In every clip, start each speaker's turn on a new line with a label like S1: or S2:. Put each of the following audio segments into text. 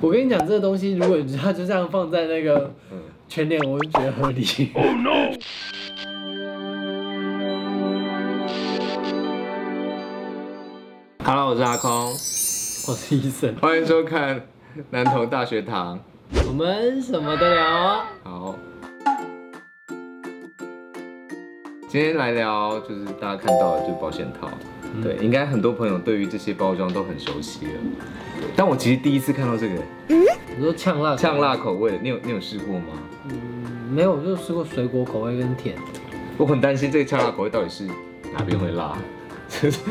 S1: 我跟你讲，这个东西如果你它就这样放在那个
S2: 嗯
S1: 全脸，我就觉得合理。
S2: Hello，我是阿空，
S1: 我是医生，
S2: 欢迎收看南投大学堂。
S1: 我们什么都聊哦。
S2: 好，今天来聊就是大家看到的就是保险套，
S1: 嗯
S2: 对，应该很多朋友对于这些包装都很熟悉了。但我其实第一次看到这个
S1: 你说呛辣，
S2: 呛，辣口味的，你有你有试过吗？
S1: 没有，我就吃过水果口味跟甜的，
S2: 我很担心这个呛辣口味到底是哪边会辣，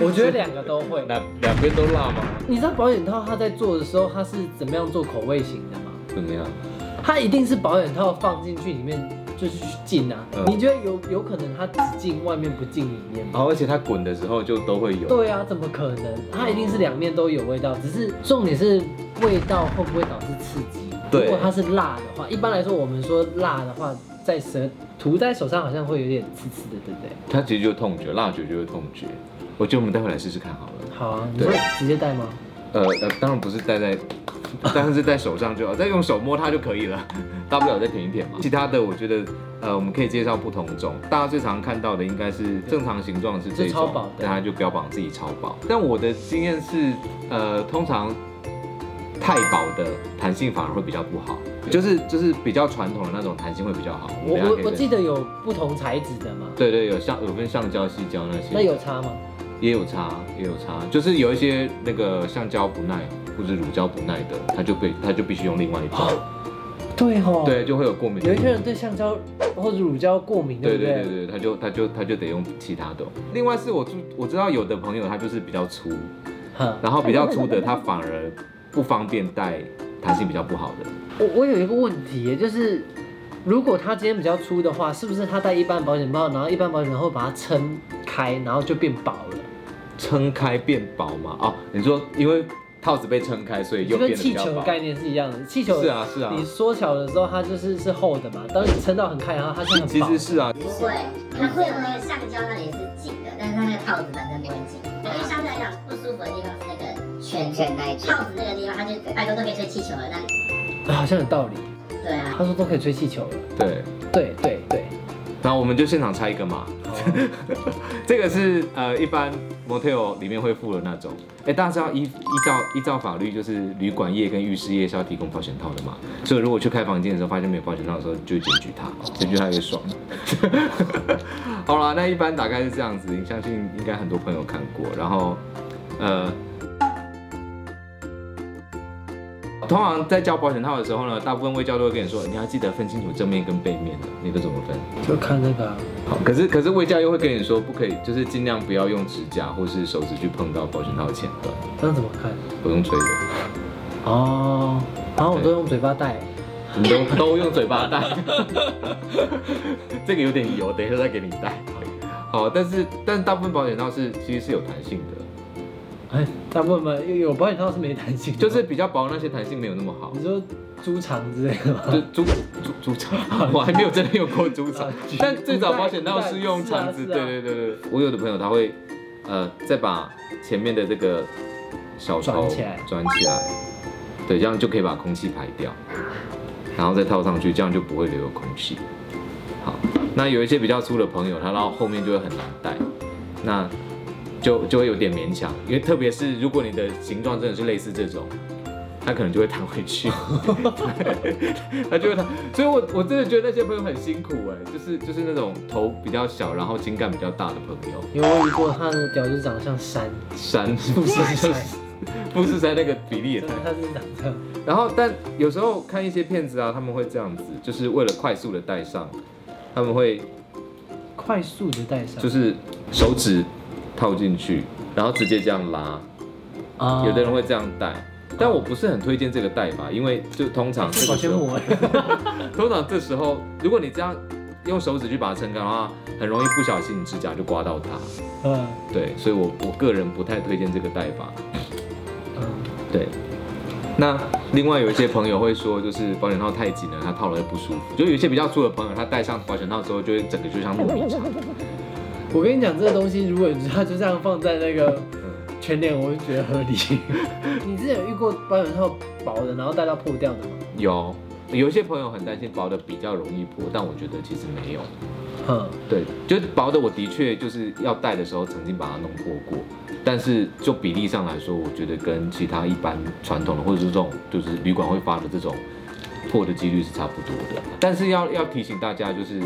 S1: 我 觉得两个都会。
S2: 哪两边都辣吗？
S1: 你知道保险套它在做的时候，它是怎么样做口味型的吗？
S2: 怎么样？
S1: 它一定是保险套放进去里面就是去进啊。
S2: 嗯
S1: 你觉得有有可能它只进外面不进里面吗？
S2: 然后而且它滚的时候就都会有。
S1: 对啊，怎么可能？它一定是两面都有味道，只是重点是味道会不会导致刺激？
S2: 对
S1: 如果它是辣的话，一般来说我们说辣的话，在舌涂在手上好像会有点刺刺的，对不对？
S2: 它其实就是痛觉，辣觉就是痛觉。我觉得我们待会来试试看好了。
S1: 好啊，你
S2: 对
S1: 会直接戴吗？
S2: 呃呃，当然不是戴在，当然是戴手上就好，再用手摸它就可 以了，大不了再舔一舔嘛。其他的我觉得，呃，我们可以介绍不同种。大家最常看到的应该是正常形状是这
S1: 是超
S2: 种
S1: 薄的，
S2: 但它就标榜自己超薄。但我的经验是，呃，通常太薄的弹性反而会比较不好，就是就是比较传统的那种弹性会比较好。
S1: 我
S2: 们等一下可以
S1: 我我
S2: 再
S1: 记得有不同材质的嘛，
S2: 对对，有橡有分橡胶、细胶那些，
S1: 那有差吗？
S2: 也有差，也有差，就是有一些那个橡胶不耐或者乳胶不耐的，它就被它就必须用另外一种，
S1: 对吼，，
S2: 对，就会有过敏。
S1: 有一些人对橡胶或者乳胶过敏，
S2: 对
S1: 不
S2: 对对对，他就他就他就得用其他的。另外是我知我知道有的朋友他就是比较粗，
S1: 哈，
S2: 然后比较粗的他反而不方便戴弹性比较不好的。
S1: 我我有一个问题耶，就是如果它今天比较粗的话，是不是它戴一般保险套，然后一般保险套会把它撑开，然后就变薄了？
S2: 撑开变薄嘛？哦，你说因为套子被撑开，所以
S1: 就
S2: 又变
S1: 跟
S2: 得比
S1: 气
S2: 较
S1: 球的
S2: 薄。
S1: 概念是一样的。气球
S2: 是啊是啊
S1: 你，缩小的时候它就是是厚的嘛，当你撑到很开，然后它就很薄。
S2: 其实是啊，
S3: 不会，它会有那个橡胶那里是紧的，但是它那个套子本身不会紧，因为相对来讲不舒服的地方是那个啊圈圈那一圈，套子那个地方它就拜托都可以吹气球了，但
S1: 啊好像有道理。
S3: 对啊，
S1: 他说都可以吹气球了。
S2: 对。
S1: 对对对，
S2: 然后我们就现场拆一个嘛。 这个是呃，一般 motel 里面会附的那种。哎，大家知道依依照依照法律，就是旅馆业跟浴室业是要提供保险套的嘛。所以如果去开房间的时候发现没有保险套的时候，就检举他，检举他也爽。好啦，那一般大概是这样子，相信应该很多朋友看过。然后呃，通常在交保险套的时候呢，大部分卫教都会跟你说，你要记得分清楚正面跟背面的，你都怎么分？
S1: 就看那个啊、
S2: 好，可是可是卫教又会跟你说不可以，就是尽量不要用指甲或是手指去碰到保险套的前端，
S1: 这样怎么看？
S2: 不用 吹的，
S1: 哦，然后我都用嘴巴戴。
S2: 你都都用嘴巴戴， 这个有点油，等一下再给你戴。好，但是但是大部分保险套是其实是有弹性的，
S1: 哎，大部分嘛有有保险套是没弹性的，
S2: 就是比较薄的那些弹性没有那么好
S1: 你，说猪肠之类的吗？
S2: 就猪猪猪 肠，我还没有真的用过猪肠
S1: 啊，
S2: 但最早保险套是用肠子，
S1: 是啊是啊
S2: 对对对对，我有的朋友他会呃再把前面的这个小头
S1: 转起来
S2: 转起来，对，这样就可以把空气排掉，然后再套上去，这样就不会留有空气。好，那有一些比较粗的朋友，他到后面就会很难戴，那就就会有点勉强，因为特别是如果你的形状真的是类似这种，他可能就会弹回 去，他就会弹。所以我我真的觉得那些朋友很辛苦哎，就是就是那种头比较小，然后茎干比较大的朋友，
S1: 因为我遇过他的屌就长得像山，
S2: 山富士山， 富士山那个比例也
S1: 真
S2: 太
S1: 的他是长这样。
S2: 然后，但有时候看一些片子啊，他们会这样子，就是为了快速的戴上，他们会
S1: 快速的戴上，
S2: 就是手指套进去，然后直接这样拉，
S1: 啊
S2: 有的人会这样戴。但我不是很推荐这个戴法，因为就通常这
S1: 是哦保
S2: 个
S1: 鲜
S2: 时候，
S1: 膜，
S2: 通常这时候，如果你这样用手指去把它撑开的话，很容易不小心你指甲就刮到它。
S1: 嗯
S2: 对，所以我我个人不太推荐这个戴法。
S1: 嗯，
S2: 对。那另外有一些朋友会说，就是保险套太紧了，他套了会不舒服。就有一些比较粗的朋友，他戴上保险套之后，就会整个就像糯米肠。
S1: 我跟你讲，这个东西如果你它就这样放在那个
S2: 嗯
S1: 全脸我就觉得合理。 你之前有遇过保险套薄的，然后戴到破掉的吗？
S2: 有有一些朋友很担心薄的比较容易破，但我觉得其实没有。
S1: 哼，
S2: 对，就是薄的，我的确就是要戴的时候曾经把它弄破过，但是就比例上来说，我觉得跟其他一般传统的或者是这种就是旅馆会发的这种破的几率是差不多的。但是要要提醒大家，就是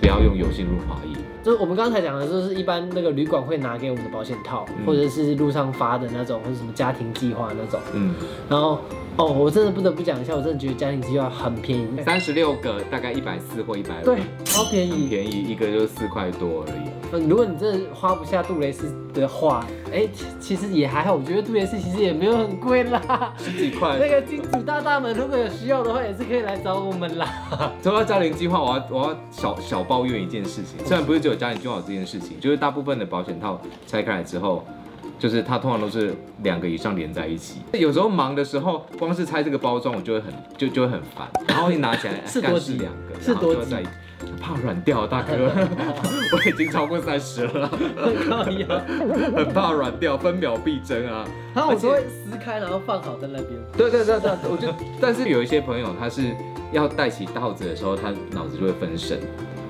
S2: 不要用油性润滑液。
S1: 就是我们刚才讲的，就是一般那个旅馆会拿给我们的保险套，
S2: 嗯
S1: 或者是路上发的那种，或者什么家庭计划那种。
S2: 嗯，
S1: 然后哦，我真的不得不讲一下，我真的觉得家庭计划很便宜，
S2: 三十六个大概一百四或一百五，
S1: 对，超便
S2: 很
S1: 宜。
S2: 便宜，一个就四块多而已。
S1: 嗯，如果你真的花不下杜蕾斯的话，哎、其其实也还好，我觉得杜蕾斯其实也没有很贵 啦。
S2: 十几块
S1: 那个金主大大们如果有需要的话，也是可以来找我们 啦。
S2: 说到家庭计划，我要我要小小抱怨一件事情，虽然不是只有家庭计划有这件事情，就是大部分的保险套拆开来之后，就是它通常都是两个以上连在一起。有时候忙的时候，光是拆这个包装，我就会很就就会很烦，然后一拿起来哎
S1: 是
S2: 干
S1: 多
S2: 是
S1: 挤
S2: 两个，
S1: 是
S2: 然后
S1: 多
S2: 就会
S1: 挤
S2: 在一起。怕软掉，大哥， 我已经超过三十了，
S1: 靠呀，
S2: 很怕软掉，分秒必争啊。
S1: 然后我都会撕开，然后放好在那边。
S2: 对对对对，我就，但是有一些朋友他是要戴起套子的时候，他脑子就会分神，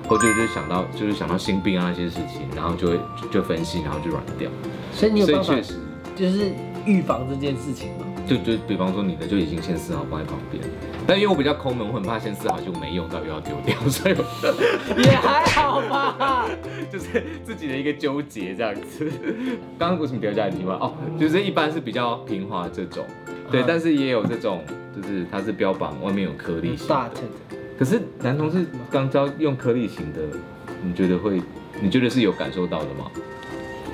S2: 或者就是想到就是想到心病啊那些事情，然后就会就就分心，然后就软掉。
S1: 所以你有
S2: 所
S1: 办
S2: 以
S1: 法
S2: 确实，
S1: 就是预防这件事情吗？
S2: 就就比方说你的就已经先撕好放在旁边，但因为我比较抠门，我很怕先撕好就没用到又要丢掉，所以 我
S1: 也还好 吧。
S2: 就是自己的一个纠结这样子。刚刚为什么丢家庭计划？哦，就是一般是比较平滑这种，对，
S1: 嗯
S2: 但是也有这种就是它是标榜外面有颗粒型的
S1: 大成
S2: 可是男同事刚教用颗粒型的，你觉得会？你觉得是有感受到的吗？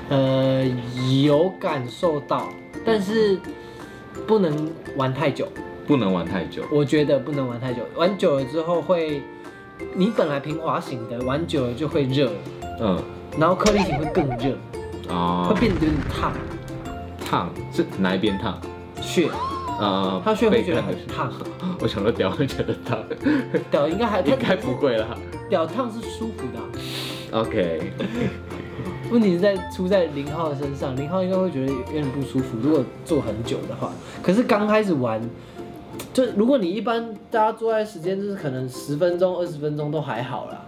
S1: 呃有感受到，但是不能玩太久。
S2: 不能玩太久，
S1: 我觉得不能玩太久，玩久了之后会，你本来平滑型的，玩久了就会热，
S2: 嗯
S1: 然后颗粒型会更热，
S2: 啊
S1: 会变得有点烫，
S2: 烫是哪一边烫？
S1: 血，
S2: 啊，
S1: 它血会
S2: 背
S1: 觉得
S2: 还
S1: 很
S2: 是
S1: 烫，
S2: 我想说屌会觉得 烫，
S1: 屌应该还
S2: 应该不，会啦。
S1: 屌烫是舒服的啊、
S2: OK，
S1: 问题是在出在零号身上，零号应该会觉得有点不舒服。如果坐很久的话，可是刚开始玩，就如果你一般大家坐在时间就是可能十分钟、二十分钟都还好啦。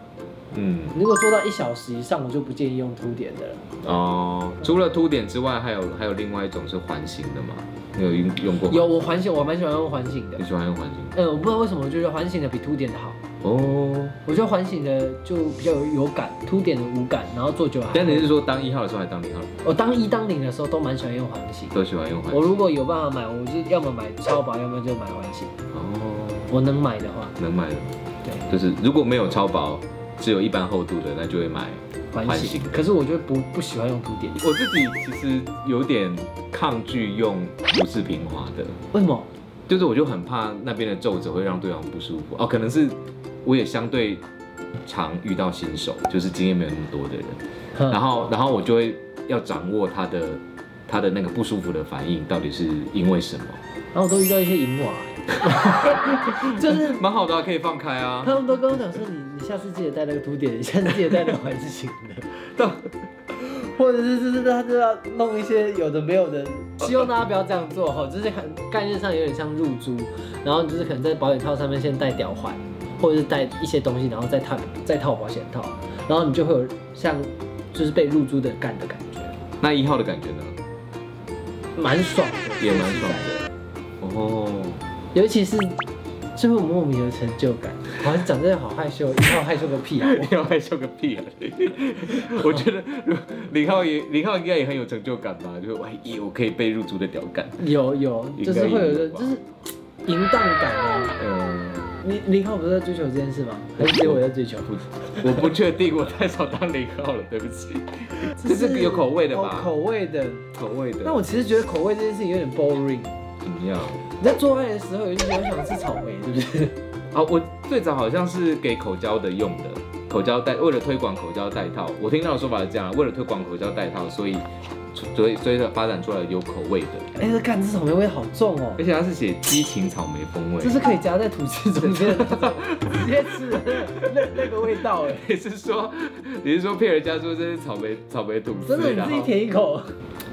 S2: 嗯，
S1: 如果坐到一小时以上，我就不建议用凸点的了。
S2: 哦，除了凸点之外，还有还有另外一种是环形的嘛？你有用用过吗？
S1: 有，我环形，我蛮喜欢用环形的
S2: 你。喜欢用环形？
S1: 嗯，我不知道为什么，我觉得环形的比凸点的好。
S2: 哦，
S1: 我觉得环形的就比较有有感，凸点的无感，然后坐久了还好。
S2: 但你是说当一号的时候还是当零号的时
S1: 我当一当零的时候都蛮喜欢用环形
S2: 候。都喜欢用环
S1: 我
S2: 形？
S1: 如果有办法买，我就要么买超薄，要么就买环形。
S2: 哦，
S1: 我能买的话，
S2: 能买了。
S1: 对。
S2: 就是如果没有超薄，只有一般厚度的，那就会买
S1: 环形，可
S2: 可
S1: 是我就不不喜欢用凸点，
S2: 我自己其实有点抗拒用不是平滑的，
S1: 为什么？
S2: 就是我就很怕那边的皱褶会让对方不舒服。哦，可能是我也相对常遇到新手，就是经验没有那么多的人，
S1: 哼
S2: 然后然后我就会要掌握他的他的那个不舒服的反应到底是因为什么。
S1: 然后我都遇到一些银娃， 欸就是
S2: 蛮好的、啊，可以放开啊。
S1: 他们都跟我讲说，你你下次记得带那个凸点，你下次记得带那个环形的，
S2: 到
S1: 或者是就是他就要弄一些有的没有的，希望大家不要这样做哈，就是很概念上有点像入珠，然后就是可能在保险套上面先戴吊环，或者是戴一些东西，然后再套再套保险套，然后你就会有像就是被入珠的感的感觉，
S2: 那一号的感觉呢，
S1: 蛮爽的，
S2: 也蛮爽的。哦，
S1: 尤其是就会莫名的成就感，好像长得好害羞，以后害羞个屁 啊！
S2: 你要害羞个屁啊！我觉得如林浩也林浩应该也很有成就感吧，就是哎耶，我可以被入住的屌感。
S1: 有有，就是会有一个
S2: 应该有吧
S1: 就是淫荡感啊！
S2: 嗯，
S1: 你林浩不是在追求这件事吗？还是只有我在追求？
S2: 我不确定，我太少当零号了，对不起。这
S1: 就是
S2: 有口味的
S1: 哦
S2: 吧
S1: 口味的。
S2: 口味的
S1: 但我其实觉得口味这件事情有点 boring。
S2: 怎么样？
S1: 你在做爱的时候，有些时候想吃草莓，是不 是？
S2: 啊，我最早好像是给口交的用的，口交带为了推广口交带套，我听到的说法是这样，为了推广口交带套，所以所以所以它发展出来有口味的，
S1: 哎，这干这草莓味好重哦
S2: 而，且它是写 激情草莓风味
S1: 这。是可以夹在吐司中间的那种，直接吃的那 那那个味道哎，
S2: 你是说你是说骗人家说这是草莓草莓吐司？
S1: 真的你自
S2: 然
S1: 己
S2: 后
S1: 舔一口。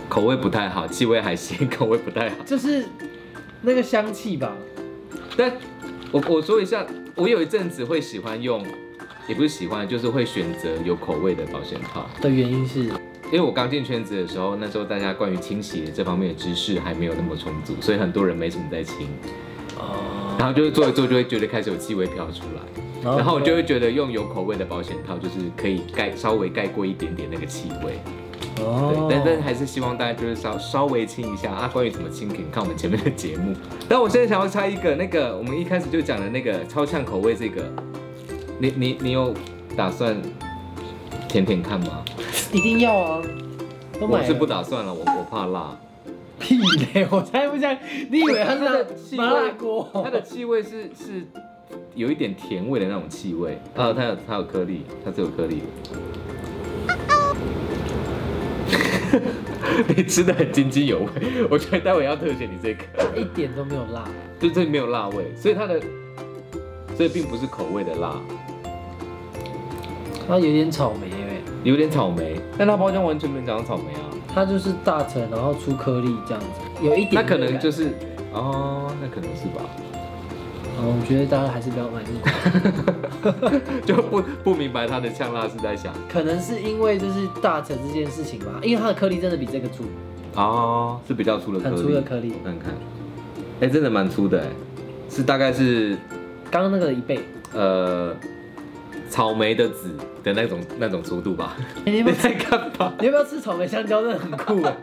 S2: 口味不太好，气味还行，口味不太好。
S1: 就是那个香气吧。
S2: 但我我说一下，我有一阵子会喜欢用，也不是喜欢，就是会选择有口味的保险套。
S1: 的原因是，
S2: 因为我刚进圈子的时候，那时候大家关于清洗这方面的知识还没有那么充足，所以很多人没什么在清，
S1: 哦，
S2: 然后就是做一做就会觉得开始有气味飘出来，然后我就会觉得用有口味的保险套就是可以盖稍微盖过一点点那个气味，
S1: 哦
S2: 对，，但但还是希望大家就是稍稍微清一下啊。关于怎么清，可以看我们前面的节目。 但我现在想要猜一个，那个我们一开始就讲的那个超呛口味这个，你你你有打算舔舔看吗？
S1: 一定要啊，都买
S2: 我
S1: 了
S2: 是不打算了，我我怕辣。
S1: 屁嘞，我才不像， 你以为他是
S2: 它的
S1: 那
S2: 气
S1: 麻辣
S2: 味
S1: 锅？
S2: 它的气味是是有一点甜味的那种气味，啊，它有它有颗粒，它是有颗粒 的。你吃的很津津有味，我觉得待会要特写你这个，
S1: 一点都没有辣，
S2: 就这没有辣味，所以它的，所以并不是口味的辣，
S1: 它有点草莓味，
S2: 有点草莓，但它包装完全没长草莓啊，
S1: 它就是大层，然后出颗粒这样子，有一点
S2: 那
S1: 那，
S2: 可能就是是，哦，那可能是吧。
S1: 嗯，我觉得大家还是不要买那个，
S2: 就不不明白他的呛辣是在想
S1: 可能是因为就是大层这件事情吧，因为它的颗粒真的比这个粗，
S2: 哦，是比较粗的颗粒，
S1: 很粗的颗粒
S2: 我看看，哎、真的蛮粗的哎，是大概是
S1: 刚刚那个的一倍。
S2: 呃草莓的籽的那种那种粗度吧。
S1: 哎你要不
S2: 你
S1: 要
S2: 在干嘛？
S1: 你要不要吃草莓香蕉？真的很 酷
S2: 欸
S1: 哎。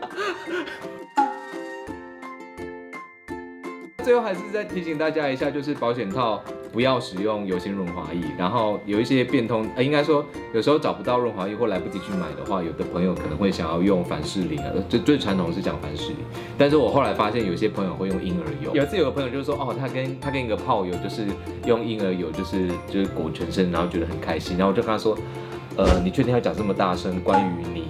S2: 最后还是再提醒大家一下，就是保险套不要使用油性润滑液，然后有一些变通，呃，应该说有时候找不到润滑液或来不及去买的话，有的朋友可能会想要用凡士林，呃，最最传统是讲凡士林，但是我后来发现有些朋友会用婴儿油，有一次有个朋友就说，哦，他跟他跟一个炮友就是用婴儿油，就是就是裹全身，然后觉得很开心，然后我就跟他说，呃，你确定要讲这么大声关于你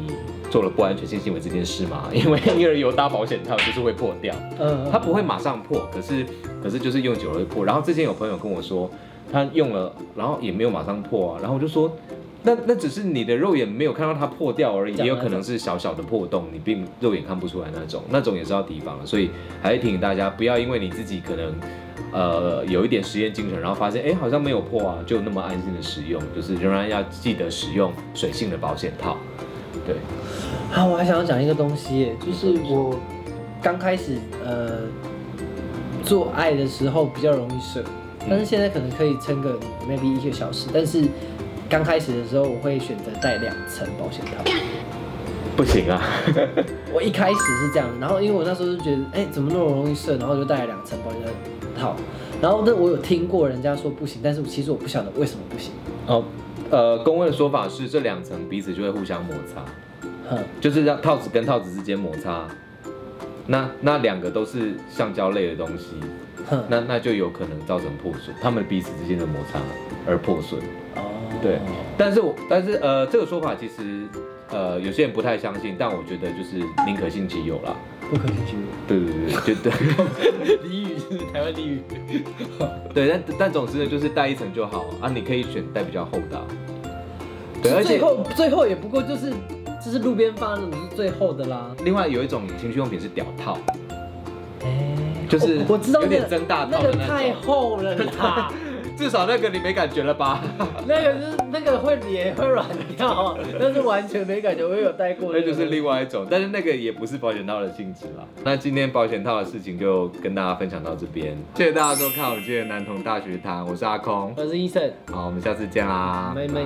S2: 做了不安全性行为这件事吗？因为 婴儿油搭保险套就是会破掉。
S1: 嗯，
S2: 它不会马上破，可是可是就是用久了会破。然后之前有朋友跟我说，他用了，然后也没有马上破啊。然后我就说，那那只是你的肉眼没有看到它破掉而已，
S1: 这样
S2: 也有可能是小小的破洞，你并肉眼看不出来那种，那种也是要提防的。所以还是提醒大家，不要因为你自己可能。呃，有一点实验精神，然后发现哎，好像没有破啊，就那么安心的使用，就是仍然要记得使用水性的保险套。对，
S1: 啊，我还想要讲一个东西耶，就是我刚开始呃做爱的时候比较容易射，但
S2: 嗯
S1: 是现在可能可以撑个 maybe 一个小时，但是刚开始的时候我会选择带两层保险套。
S2: 不行啊，
S1: 我一开始是这样，然后因为我那时候就觉得，哎、怎么那么容易射，然后就带了两层保险套。然后但我有听过人家说不行，但是我其实我不晓得为什么不行。
S2: 哦，呃，公卫的说法是这两层彼此就会互相摩擦，
S1: 哼，
S2: 就是让套子跟套子之间摩擦。那那两个都是橡胶类的东西，
S1: 哼，
S2: 那那就有可能造成破损，它们彼此之间的摩擦而破损。
S1: 哦
S2: 对，但是我但是呃，这个说法其实呃有些人不太相信，但我觉得就是宁可信其有啦。
S1: 不可能去。
S2: 对对 对，就对
S1: 俚语是台湾俚语。
S2: 对，但但总之呢，就是带一层就好啊，你可以选带比较厚的啊、对，而
S1: 最
S2: 且
S1: 后最后也不过就是就是路边放那种是最后的啦。
S2: 另外有一种情趣用品是屌套。就是
S1: 哎我我知道
S2: 有
S1: 那
S2: 点
S1: 个
S2: 增大
S1: 那
S2: 套的
S1: 个
S2: 那
S1: 太
S2: 种，
S1: 厚了啦，
S2: 至少那个你没感觉了吧？
S1: 那个就是那个会脸会软掉啊，但是完全没感觉。我有戴过
S2: 那
S1: 个，
S2: 就是另外一种，但是那个也不是保险套的性质啦。那今天保险套的事情就跟大家分享到这边，谢谢大家收看我今天的男童大学堂，我是阿空，
S1: 我是医生，
S2: 好，我们下次见啦，
S1: 拜拜。